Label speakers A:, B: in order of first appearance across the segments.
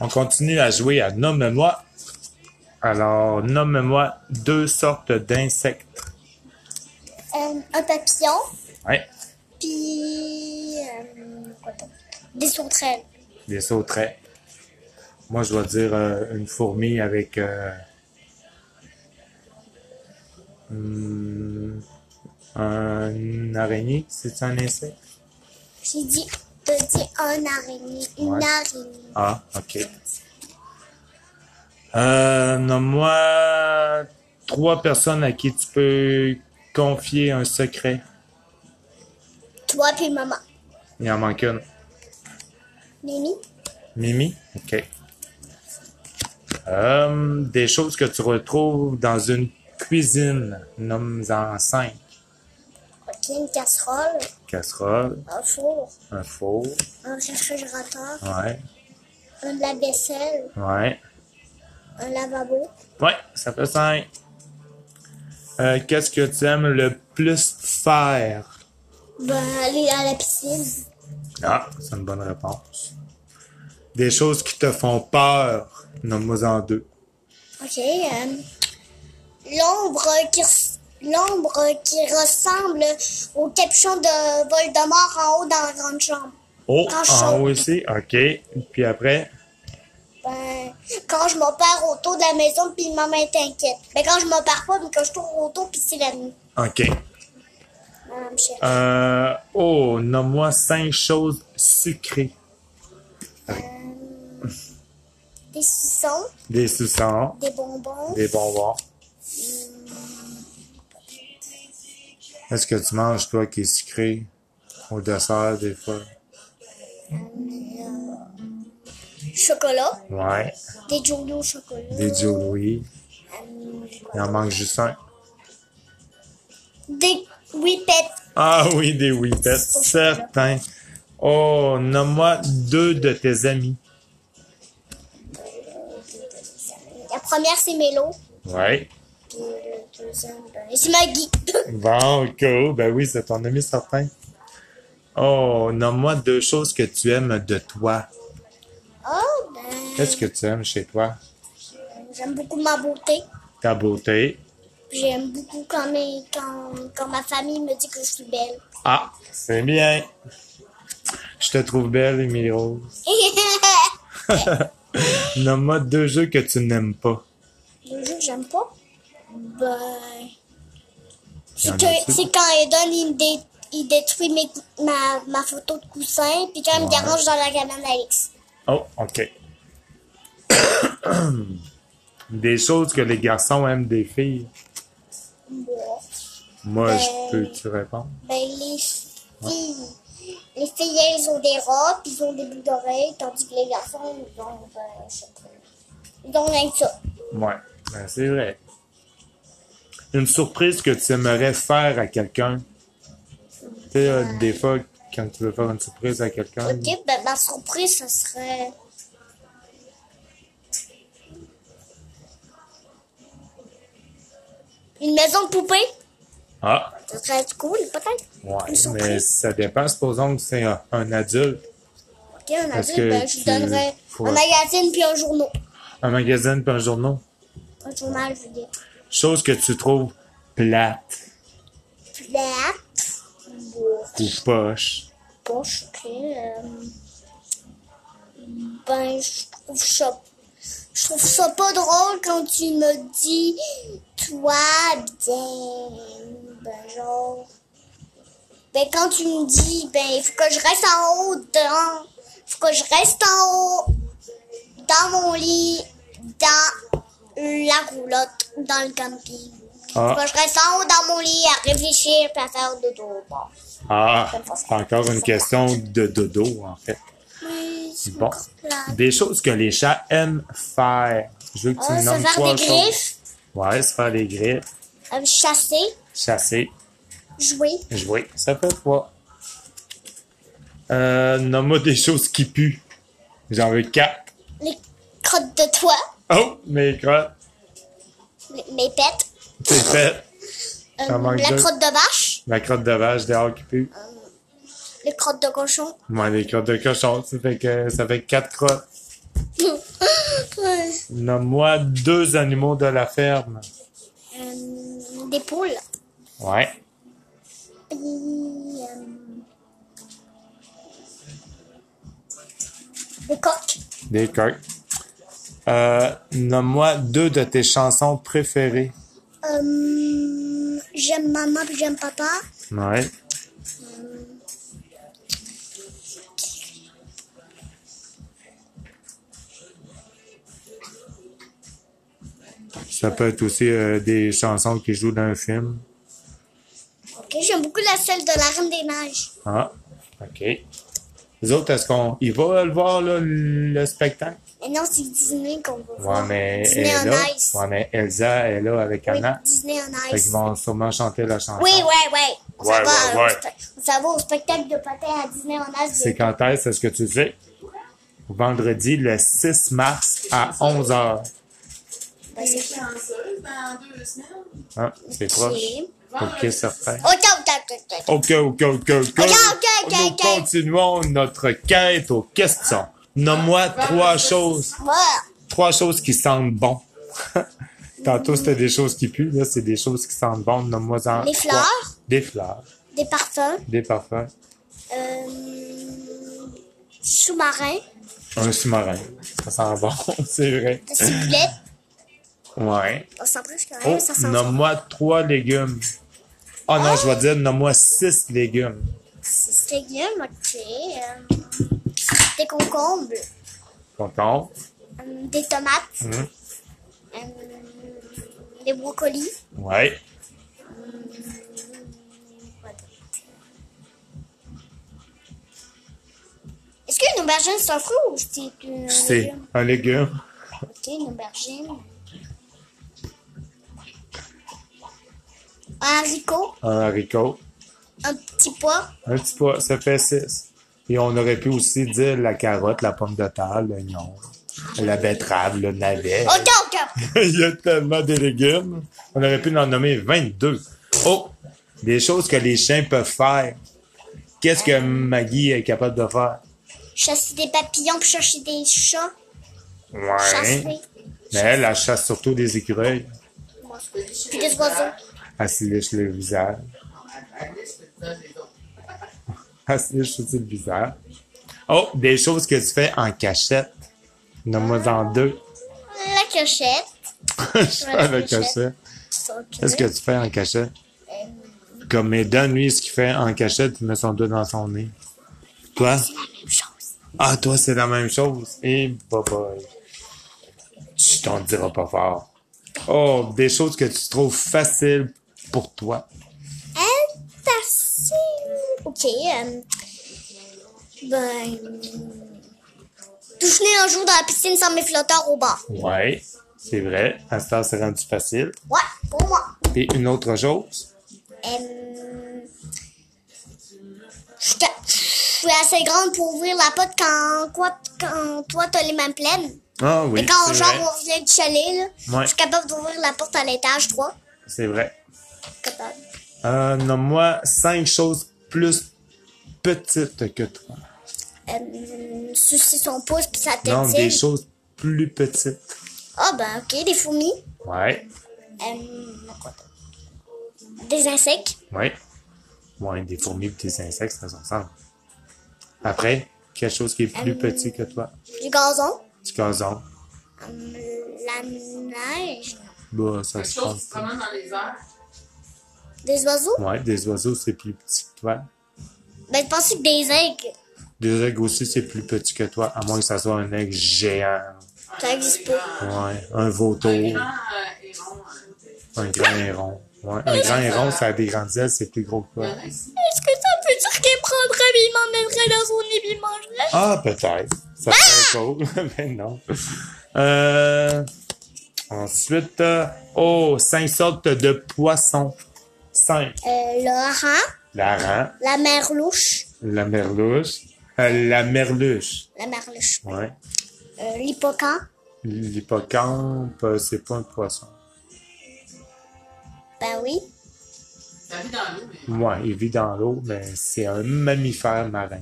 A: On continue à jouer à Nomme-moi. Alors, nomme-moi deux sortes d'insectes.
B: Euh, un papillon,
A: Ouais,
B: puis euh, quoi d'autre? des sauterelles.
A: des sauterelles. Moi, je dois dire euh, une fourmi avec. euh, hum, un une araignée, c'est un insecte?
B: J'ai dit, t'as dit un araignée, une
A: Ouais.
B: araignée.
A: Ah, ok. Euh, nomme-moi trois personnes à qui tu peux confier un secret.
B: Toi puis maman.
A: Il en manque une.
B: Mimi,
A: Mimi? OK. Euh, des choses que tu retrouves dans une cuisine. Nomme-en cinq.
B: ok, une casserole,
A: Casserole,
B: un four,
A: un four.
B: un réfrigérateur,
A: Ouais,
B: un de la vaisselle,
A: ouais.
B: un lavabo,
A: Ouais, ça fait cinq. Euh, Qu'est-ce que tu aimes le plus faire?
B: ben, aller à la piscine,
A: Ah, c'est une bonne réponse. Des choses qui te font peur. Nomme-moi-en deux.
B: ok. euh, L'ombre qui res- L'ombre qui ressemble au capuchon de Voldemort en haut dans la grande chambre.
A: Oh,
B: Ah,
A: en
B: chaud.
A: haut ici. OK. Puis après,
B: Ben, quand je m'en pars autour de la maison, puis maman est inquiète. Mais quand je m'en pars pas, mais quand je tourne autour, puis c'est la nuit.
A: OK.
B: Madame Cher.
A: Euh, oh, nomme-moi cinq choses sucrées.
B: Euh, des saucissons,
A: Des suçons,
B: des bonbons.
A: des bonbons. Est-ce que tu manges, toi, qui est sucré au dessert, des fois?
B: Chocolat.
A: Ouais.
B: Des Jolly au chocolat.
A: Des Joe Louis.
B: Euh,
A: Il en manque juste un.
B: des whippets.
A: Ah oui, des Whippets, certain. Oh, nomme-moi deux de tes amis.
B: La première, c'est Mélo.
A: Ouais.
B: Puis le deuxième, ben, c'est Maggie.
A: Bon, cool. Ben oui, c'est ton ami, certain. Oh, nomme-moi deux choses que tu aimes de toi.
B: oh, ben,
A: Qu'est-ce que tu aimes chez toi?
B: j'aime beaucoup ma beauté.
A: Ta beauté.
B: Puis J'aime beaucoup quand, mes, quand, quand ma famille me dit que je suis belle.
A: Ah, c'est bien. Je te trouve belle, Émilie Rose. Nomme-moi deux jeux que tu n'aimes pas.
B: Le jeu que j'aime pas, ben.
A: Il y en a
B: C'est que-
A: aussi.
B: c'est quand Eden il, dé- il détruit mes cou- ma, ma photo de coussin, puis quand il me dérange dans la cabane d'Alex.
A: Oh, OK. des choses que les garçons aiment des filles.
B: Moi,
A: Moi, je peux tu répondre.
B: Ben, les filles. Les filles, elles ont des robes, puis ils ont des boucles d'oreilles, tandis que les garçons, ils ont. Ben, je sais pas. Ils ont rien que ça.
A: Ouais, ben, c'est vrai. Une surprise que tu aimerais faire à quelqu'un. Tu sais, euh, des fois, quand tu veux faire une surprise à quelqu'un,
B: Ok, ben, ma surprise, ça serait. Une maison de poupée?
A: ah,
B: Ça serait cool, peut-être.
A: ouais,
B: Une surprise.
A: mais ça dépend. Supposons que c'est un, un adulte.
B: Ok, un
A: Parce
B: adulte,
A: que
B: ben, je
A: tu-
B: lui donnerais
A: faut-
B: un magazine puis un journal.
A: Un magazine puis un journal.
B: Un journal, je veux dire.
A: Chose que tu trouves plate
B: Plate, bourre,
A: ou poche.
B: poche, ok. euh, Ben, je trouve ça. Je trouve ça pas drôle quand tu me dis, toi, bien, ben, genre. Ben, quand tu me dis, ben, il faut que je reste en haut, dans. Faut que je reste en haut, dans mon lit, dans la roulotte, dans le camping.
A: Ah.
B: Faut que je reste en haut dans mon lit à réfléchir puis à faire de dos. Bon.
A: Ah, c'est encore une question de dodo, en fait.
B: Oui, c'est
A: Bon.
B: encore plate.
A: Des choses que les chats aiment faire. Je veux que tu
B: Ah,
A: me
B: se
A: nommes
B: faire
A: trois
B: des
A: choses.
B: griffes,
A: Ouais, se faire des griffes,
B: euh, chasser,
A: chasser,
B: jouer,
A: jouer. Ça fait trois. Euh, nomme-moi des choses qui puent. J'en veux quatre.
B: les crottes de toit,
A: Oh, mes crottes,
B: les- mes pets,
A: c'est fait.
B: euh,
A: Ça manque
B: la
A: deux.
B: crotte de vache,
A: Ma crotte de vache dehors qui pue.
B: les crottes de cochon.
A: Ouais, des crottes de cochon. Ça fait que ça fait quatre crottes.
B: euh, Ouais.
A: Nomme-moi deux animaux de la ferme.
B: Euh, des poules.
A: Ouais.
B: Puis, euh, des coques.
A: Des coqs. Euh, nomme-moi deux de tes chansons préférées.
B: Euh, j'aime maman puis j'aime papa.
A: Ouais. Ça peut être aussi euh, des chansons qui jouent dans un film.
B: Ok, j'aime beaucoup la selle de la Reine des Neiges.
A: Ah, OK. Les autres, est-ce qu'on. Ils vont le voir, là, le spectacle?
B: Mais non, c'est Disney qu'on va
A: Ouais,
B: voir.
A: mais elle
B: Disney
A: est
B: on
A: là.
B: Ice.
A: Ouais, mais Elsa est là avec
B: Oui,
A: Anna.
B: Disney on
A: Fait qu'ils
B: Ice.
A: vont sûrement chanter la chanson.
B: Oui, ouais, ouais. On s'en
A: Ouais,
B: va
A: ouais,
B: au
A: ouais.
B: spe- on s'en va au spectacle de patin à Disney on Ice.
A: C'est quand est-ce est-ce que tu le fais? Vendredi, le 6 mars à 11h.
B: Ben,
C: T'es
B: c'est ça.
C: chanceuse dans deux semaines.
A: Hein? C'est proche. OK, certain.
B: Ok, ok, ok, ok.
A: OK, OK, OK, OK.
B: OK, OK,
A: Nous
B: OK.
A: continuons notre quête aux questions. Nomme-moi trois choses,
B: Voilà.
A: trois choses qui sentent bon. Tantôt, c'était des choses qui puent. Là, c'est des choses qui sentent bon. Nomme-moi en
B: Les
A: trois.
B: fleurs.
A: Des fleurs.
B: Des parfums.
A: Des parfums.
B: Euh, sous-marin.
A: Un sous-marin. Ça sent bon, c'est vrai.
B: La ciboulette.
A: Ouais.
B: On s'en presque quand
A: Oh,
B: même, Ah, ça sent
A: nomme-moi trois légumes. Oh non, je vais dire, nomme-moi six légumes.
B: six légumes, ok. Euh, des concombres,
A: Content.
B: euh, des tomates,
A: Mhm.
B: euh, des brocolis.
A: Ouais.
B: Est-ce qu'une aubergine c'est un fruit ou c'est une
A: C'est un légume.
B: Ok, une aubergine. Un haricot,
A: Un haricot.
B: un petit pois,
A: Un petit pois, ça fait six. Et on aurait pu aussi dire la carotte, la pomme de terre, l'oignon, la betterave, le navet.
B: Ok, ok.
A: Il y a tellement de légumes. On aurait pu en nommer 22. Oh! Des choses que les chiens peuvent faire. Qu'est-ce que Maggie est capable de faire?
B: Chasser des papillons puis chercher des chats. Chasser.
A: Ouais. Mais elle, elle chasse surtout des écureuils.
B: Puis des oiseaux.
A: Elle se lèche le visage. Elle se lèche aussi le visage. Oh! Des choses que tu fais en cachette. Nomme-moi en deux.
B: La cachette.
A: Je fais avec
B: cachette.
A: cachette.
B: Ok.
A: Qu'est-ce que tu fais en cachette? Comme Eden, lui, ce qu'il fait en cachette, il met son doigt dans son nez. Toi?
B: Même chose.
A: Ah, toi, c'est la même chose. Et bye bye. Eh, Tu t'en diras pas fort. Oh, des choses que tu trouves faciles pour toi.
B: Intacile. Ok. euh, ben. Toucher un jour dans la piscine sans mes flotteurs au bas.
A: Ouais, c'est vrai. À ce temps, c'est rendu facile.
B: Ouais, pour moi.
A: Et une autre chose?
B: Euh, Je te- je suis assez grande pour ouvrir la porte quand, quoi, quand toi t'as les mains pleines.
A: Ah oui,
B: Mais quand
A: c'est
B: genre
A: vrai.
B: on vient de chalet, là,
A: Ouais.
B: je suis capable d'ouvrir la porte à l'étage 3.
A: C'est vrai.
B: Capable.
A: Euh, Nomme-moi cinq choses plus petites que toi.
B: Euh, sucer son pouce puis sa
A: Non, des
B: tétine.
A: choses plus petites.
B: Ah ben ok, des fourmis.
A: Ouais,
B: Euh, quoi d'autre? des insectes.
A: ouais. Ouais, des fourmis et des insectes, ça se ressemble. Après, quelque chose qui est plus petit que toi.
B: Du gazon.
A: Du gazon.
B: Euh, la neige.
A: Bah, ça
C: Quelque
A: se
C: chose qui se
A: passe.
C: promène dans les airs.
B: Des oiseaux.
A: Ouais, des oiseaux, c'est plus petit que toi.
B: Ben je pensais que des aigles.
A: Des aigles aussi, c'est plus petit que toi, à moins que ça soit un aigle géant.
B: Ça existe pas.
A: Ouais, un vautour,
C: Grand euh, et rond. euh,
A: un grand héron. Ouais, un grand héron, ça a des grandes ailes, c'est plus gros que
C: Il y
A: toi.
C: en a ici.
B: Est-ce que ça veut dire qu'il prendrait, mais il m'emmènerait dans son nid, il mangerait?
A: Ah, peut-être. Ça
C: Ah!
A: serait cool, mais non. Euh, ensuite, euh, oh, cinq sortes de poissons. Cinq.
B: Euh, le hareng,
A: La rang,
B: la merlouche,
A: la merluche, euh, la merluche,
B: la merlouche,
A: ouais.
B: euh, l'hippocampe,
A: L'hippocampe, euh, c'est pas un poisson.
B: ben oui,
C: Fait Ça vit dans l'eau, mais.
A: Ouais, il vit dans l'eau, mais c'est un mammifère marin.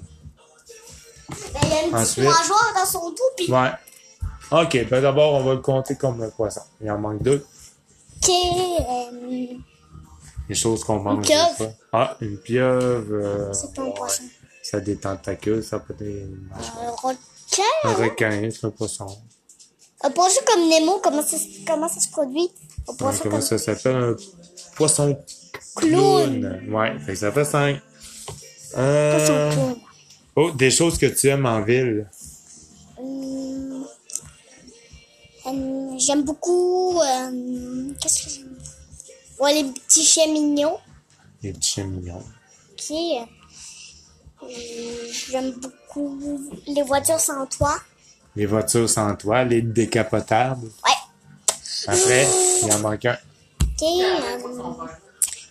B: Ben, il y a une petite
A: Ensuite.
B: nageoire dans son dos, puis
A: Ouais. Ok, ben d'abord, on va le compter comme un poisson. Il en manque deux.
B: que, euh,
A: Les choses qu'on mange.
B: Une pieuvre. Ah,
A: des fois. Ah, une pieuvre. euh,
B: c'est pas un poisson.
A: Ça a des tentacules, ça peut être des-
B: Un
A: un
B: requin.
A: requin, c'est un poisson.
B: Un poisson comme Nemo, comment ça, se- comment ça se produit? Un
A: Ouais,
B: poisson
A: comment
B: comme
A: ça s'appelle? Un poisson
B: Clown.
A: clown. Ouais, fait que ça fait cinq.
B: poisson
A: Euh,
B: clown.
A: Oh, des choses que tu aimes en ville.
B: Hum, hum, j'aime beaucoup. hum, Qu'est-ce que j'aime? Ouais, les petits chiens mignons.
A: Les petits chiens mignons.
B: Ok. Hum, J'aime beaucoup les voitures sans toit.
A: Les voitures sans toit, les décapotables.
B: Ouais.
A: Après, il en manque un.
B: Ok.
C: Il arrête pas
B: hum,
C: son verre.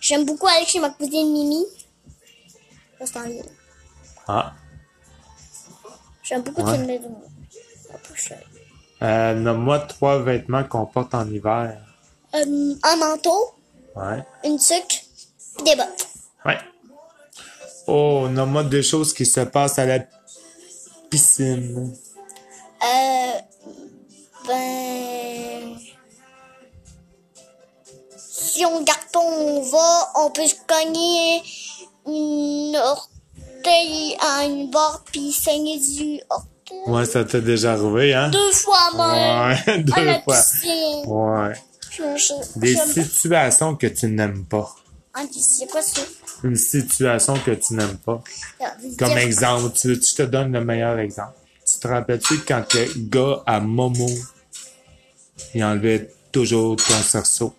B: J'aime beaucoup aller chez ma cousine Mimi. Ça, c'est en ligne.
A: Ah,
B: J'aime beaucoup
A: Ouais.
B: cette maison. La pochette.
A: Euh, nomme-moi trois vêtements qu'on porte en hiver.
B: Hum, un manteau,
A: Ouais.
B: une sucre, puis des bottes.
A: Ouais. Oh, nomme-moi deux choses qui se passent à la piscine.
B: Euh, ben. Si on garde pas, on va, on peut se cogner une orteil à une barre puis saigner du orteil.
A: Ouais, ça t'est déjà arrivé, hein?
B: Deux fois même.
A: Ouais, deux
B: à la
A: fois.
B: piscine.
A: Ouais.
B: Je- je-
A: Des
B: j'aime-
A: situations que tu n'aimes pas.
B: Ah, puis c'est quoi ça? Ah,
A: Une situation que tu n'aimes pas. Comme exemple, tu veux tu te donnes le meilleur exemple. Tu te rappelles-tu quand le gars à Momo, il enlevait toujours ton cerceau?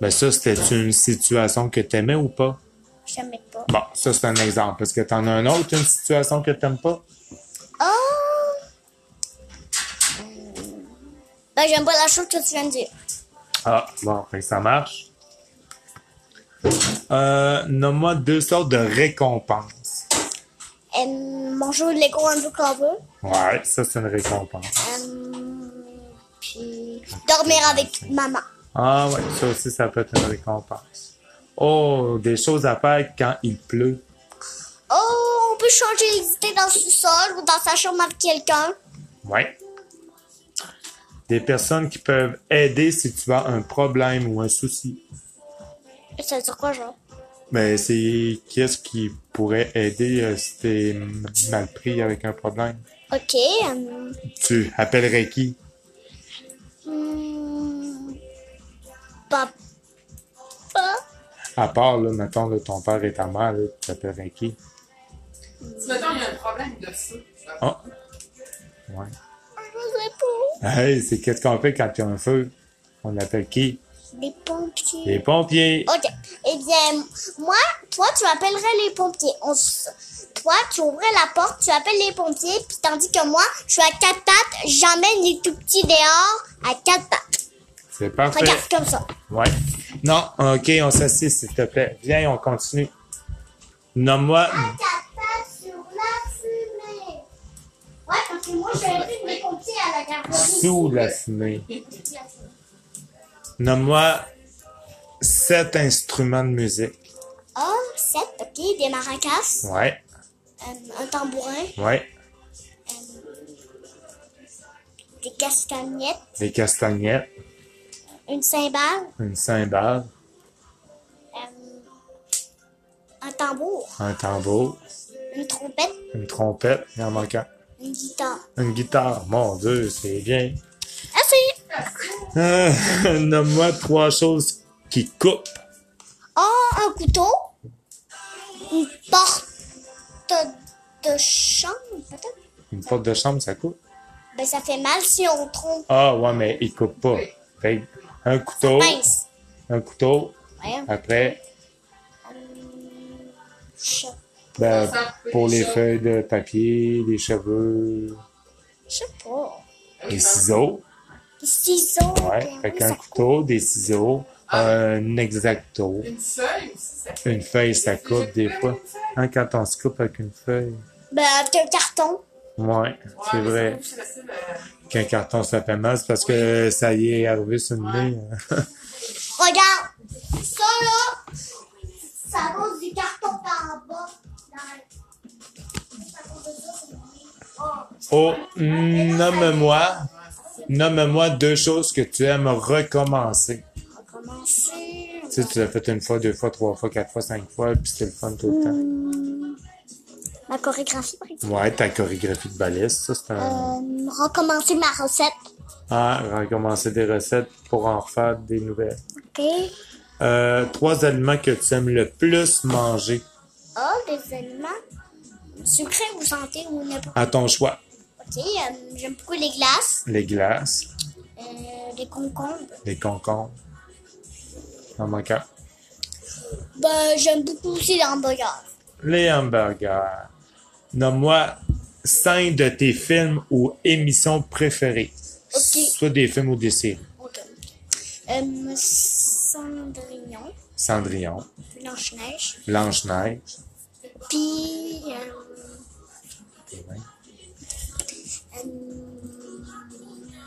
A: Ben ça, c'était une situation que t'aimais ou pas?
B: Jamais pas.
A: Bon, ça c'est un exemple. Est-ce que t'en as un autre, une situation que t'aimes pas?
B: Oh! Ben, j'aime pas la chose que tu viens de dire.
A: Ah, bon, fait que ça marche. Euh, nomme-moi deux sortes de récompenses.
B: Euh, manger les gros un peu qu'on veut.
A: Ouais, ça c'est une récompense.
B: Euh, puis dormir avec maman.
A: Ah ouais, ça aussi ça peut être une récompense. Oh, des choses à faire quand il pleut.
B: Oh, on peut changer les idées dans le sous-sol ou dans sa chambre avec quelqu'un.
A: Ouais. Des personnes qui peuvent aider si tu as un problème ou un souci.
B: Ça veut dire quoi, genre?
A: Mais c'est qu'est-ce qui pourrait aider euh, si t'es m- mal pris avec un problème?
B: Ok. euh,
A: Tu appellerais qui?
B: hmm, papa.
A: À part, là, mettons, là, ton père et ta mère, là, tu appellerais qui?
C: Si mettons, il y a un problème de feu.
A: Oh! Ouais.
B: Je sais pas.
A: Hey, c'est qu'est-ce qu'on fait quand il y a un feu? On appelle qui?
B: Les pompiers.
A: Les pompiers!
B: Ok. Eh bien, moi, toi, tu appellerais les pompiers. On s- Toi, tu ouvrais la porte, tu appelles les pompiers, puis tandis que moi, je suis à quatre pattes, j'emmène les tout petits dehors à quatre pattes.
A: C'est parfait!
B: Regarde, comme ça.
A: Ouais. Non, ok, on s'assied, s'il te plaît. Viens, on continue. Nomme-moi
B: quatre pattes sur la fumée. Ouais, parce que moi, j'ai vu les pompiers à la garderie.
A: sous la fumée. Nomme-moi sept instruments de musique.
B: Oh, sept, ok, des maracas,
A: Ouais,
B: euh, un tambourin,
A: ouais.
B: euh, des castagnettes,
A: Des castagnettes,
B: une cymbale,
A: une cymbale,
B: euh, un tambour.
A: un tambour,
B: une trompette,
A: une trompette, il en manque un.
B: une guitare.
A: Une guitare, mon Dieu, c'est bien.
B: Ah si!
A: Ah, Nomme-moi trois choses qui coupent.
B: Oh, un couteau, une porte de chambre, peut-être.
A: Une porte de chambre, ça coupe.
B: Ben ça fait mal si on trompe.
A: Ah ouais, mais il coupe pas. Fait que un couteau,
B: Pince.
A: un couteau,
B: Ouais.
A: après,
B: Euh, je
A: ben,
C: Ça coupe
A: pour
C: les
A: les
C: cheveux.
A: feuilles de papier, les cheveux,
B: je sais pas.
A: les ciseaux.
B: Des ciseaux.
A: Ouais,
B: ben
A: fait
B: oui,
A: qu'un
B: ça-
A: couteau, des ciseaux, un exacto,
C: Une feuille aussi, ça
A: une feuille, ça coupe des fois. Hein, quand on se coupe avec une feuille.
B: Ben avec un carton.
A: Ouais, c'est vrai.
C: C'est facile euh, à-
A: Qu'un carton, ça fait mal, c'est parce que ça y est arrivé sur le nez.
B: Regarde. Ça là, Ça pose du carton par en bas. dans- Ça pose de ça, c'est bruit.
A: Oh,
B: Oh.
A: nomme-moi, nomme-moi deux choses que tu aimes recommencer.
B: Recommencer.
A: Tu sais, tu l'as fait une fois, deux fois, trois fois, quatre fois, cinq fois, puis c'était le fun tout le temps.
B: Ma chorégraphie, par exemple.
A: Ouais, ta chorégraphie de balais, ça, c'est un...
B: Euh, recommencer ma recette.
A: Ah, recommencer des recettes pour en refaire des nouvelles.
B: Ok.
A: Euh, trois aliments que tu aimes le plus manger,
B: Oh, des aliments. Sucré ou santé ou n'importe
A: à ton choix.
B: Ok, euh, j'aime beaucoup les glaces,
A: Les glaces,
B: euh, les concombres.
A: les concombres. En manquant.
B: Ben, j'aime beaucoup aussi les hamburgers.
A: Les hamburgers. Nomme-moi cinq de tes films ou émissions préférées.
B: Ok.
A: Soit des films ou des séries.
B: Ok. Euh, Cendrillon,
A: Cendrillon,
B: Blanche-Neige,
A: Blanche-Neige.
B: puis euh, euh,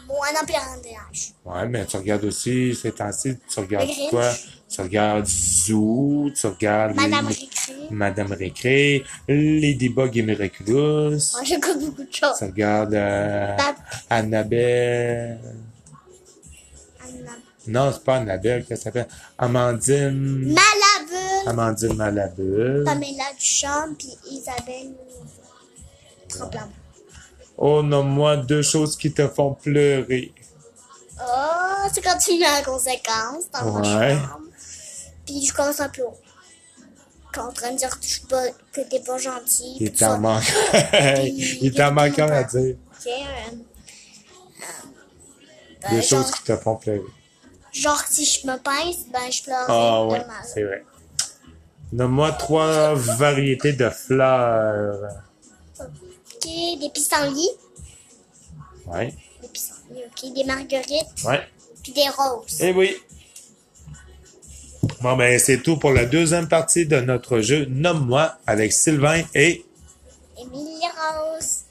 B: Moana puis la Reine des Neiges.
A: Ouais, mais tu regardes aussi ces temps-ci, tu regardes
B: Le Grinch.
A: quoi? Tu regardes Zoo, tu regardes
B: Madame
A: les-
B: Récré.
A: Madame Récré, Ladybug et Miraculous.
B: Moi, j'écoute beaucoup de choses.
A: Tu regardes euh,
B: Pap-
A: Annabelle.
B: Anna-
A: Non, c'est pas Annabelle qu'elle s'appelle. Amandine.
B: Malabelle,
A: Amandine Malabelle.
B: Pamela Duchamp, puis Isabelle Tremblant.
A: Oh, nomme-moi deux choses qui te font pleurer.
B: Oh, c'est quand tu as la conséquence dans mon
A: Ouais.
B: charme. Puis je commence un peu haut. Quand on est en train de dire que, je suis pas, que t'es pas gentil.
A: Il
B: puis tout ça.
A: t'en manque. Il t'en manque un à dire.
B: Ok, euh, euh,
A: Des
B: ben,
A: choses
B: genre,
A: qui te font pleurer.
B: genre, si je me pince, ben je pleure.
A: Ah ouais,
B: vraiment.
A: c'est vrai. Nomme-moi trois variétés de fleurs.
B: Ok, des pissenlits.
A: Ouais,
B: Des pissenlits, ok. Des marguerites,
A: ouais.
B: puis des roses.
A: Eh oui. Bon, ben, c'est tout pour la deuxième partie de notre jeu Nomme-moi avec Sylvain et
B: Émilie Rose.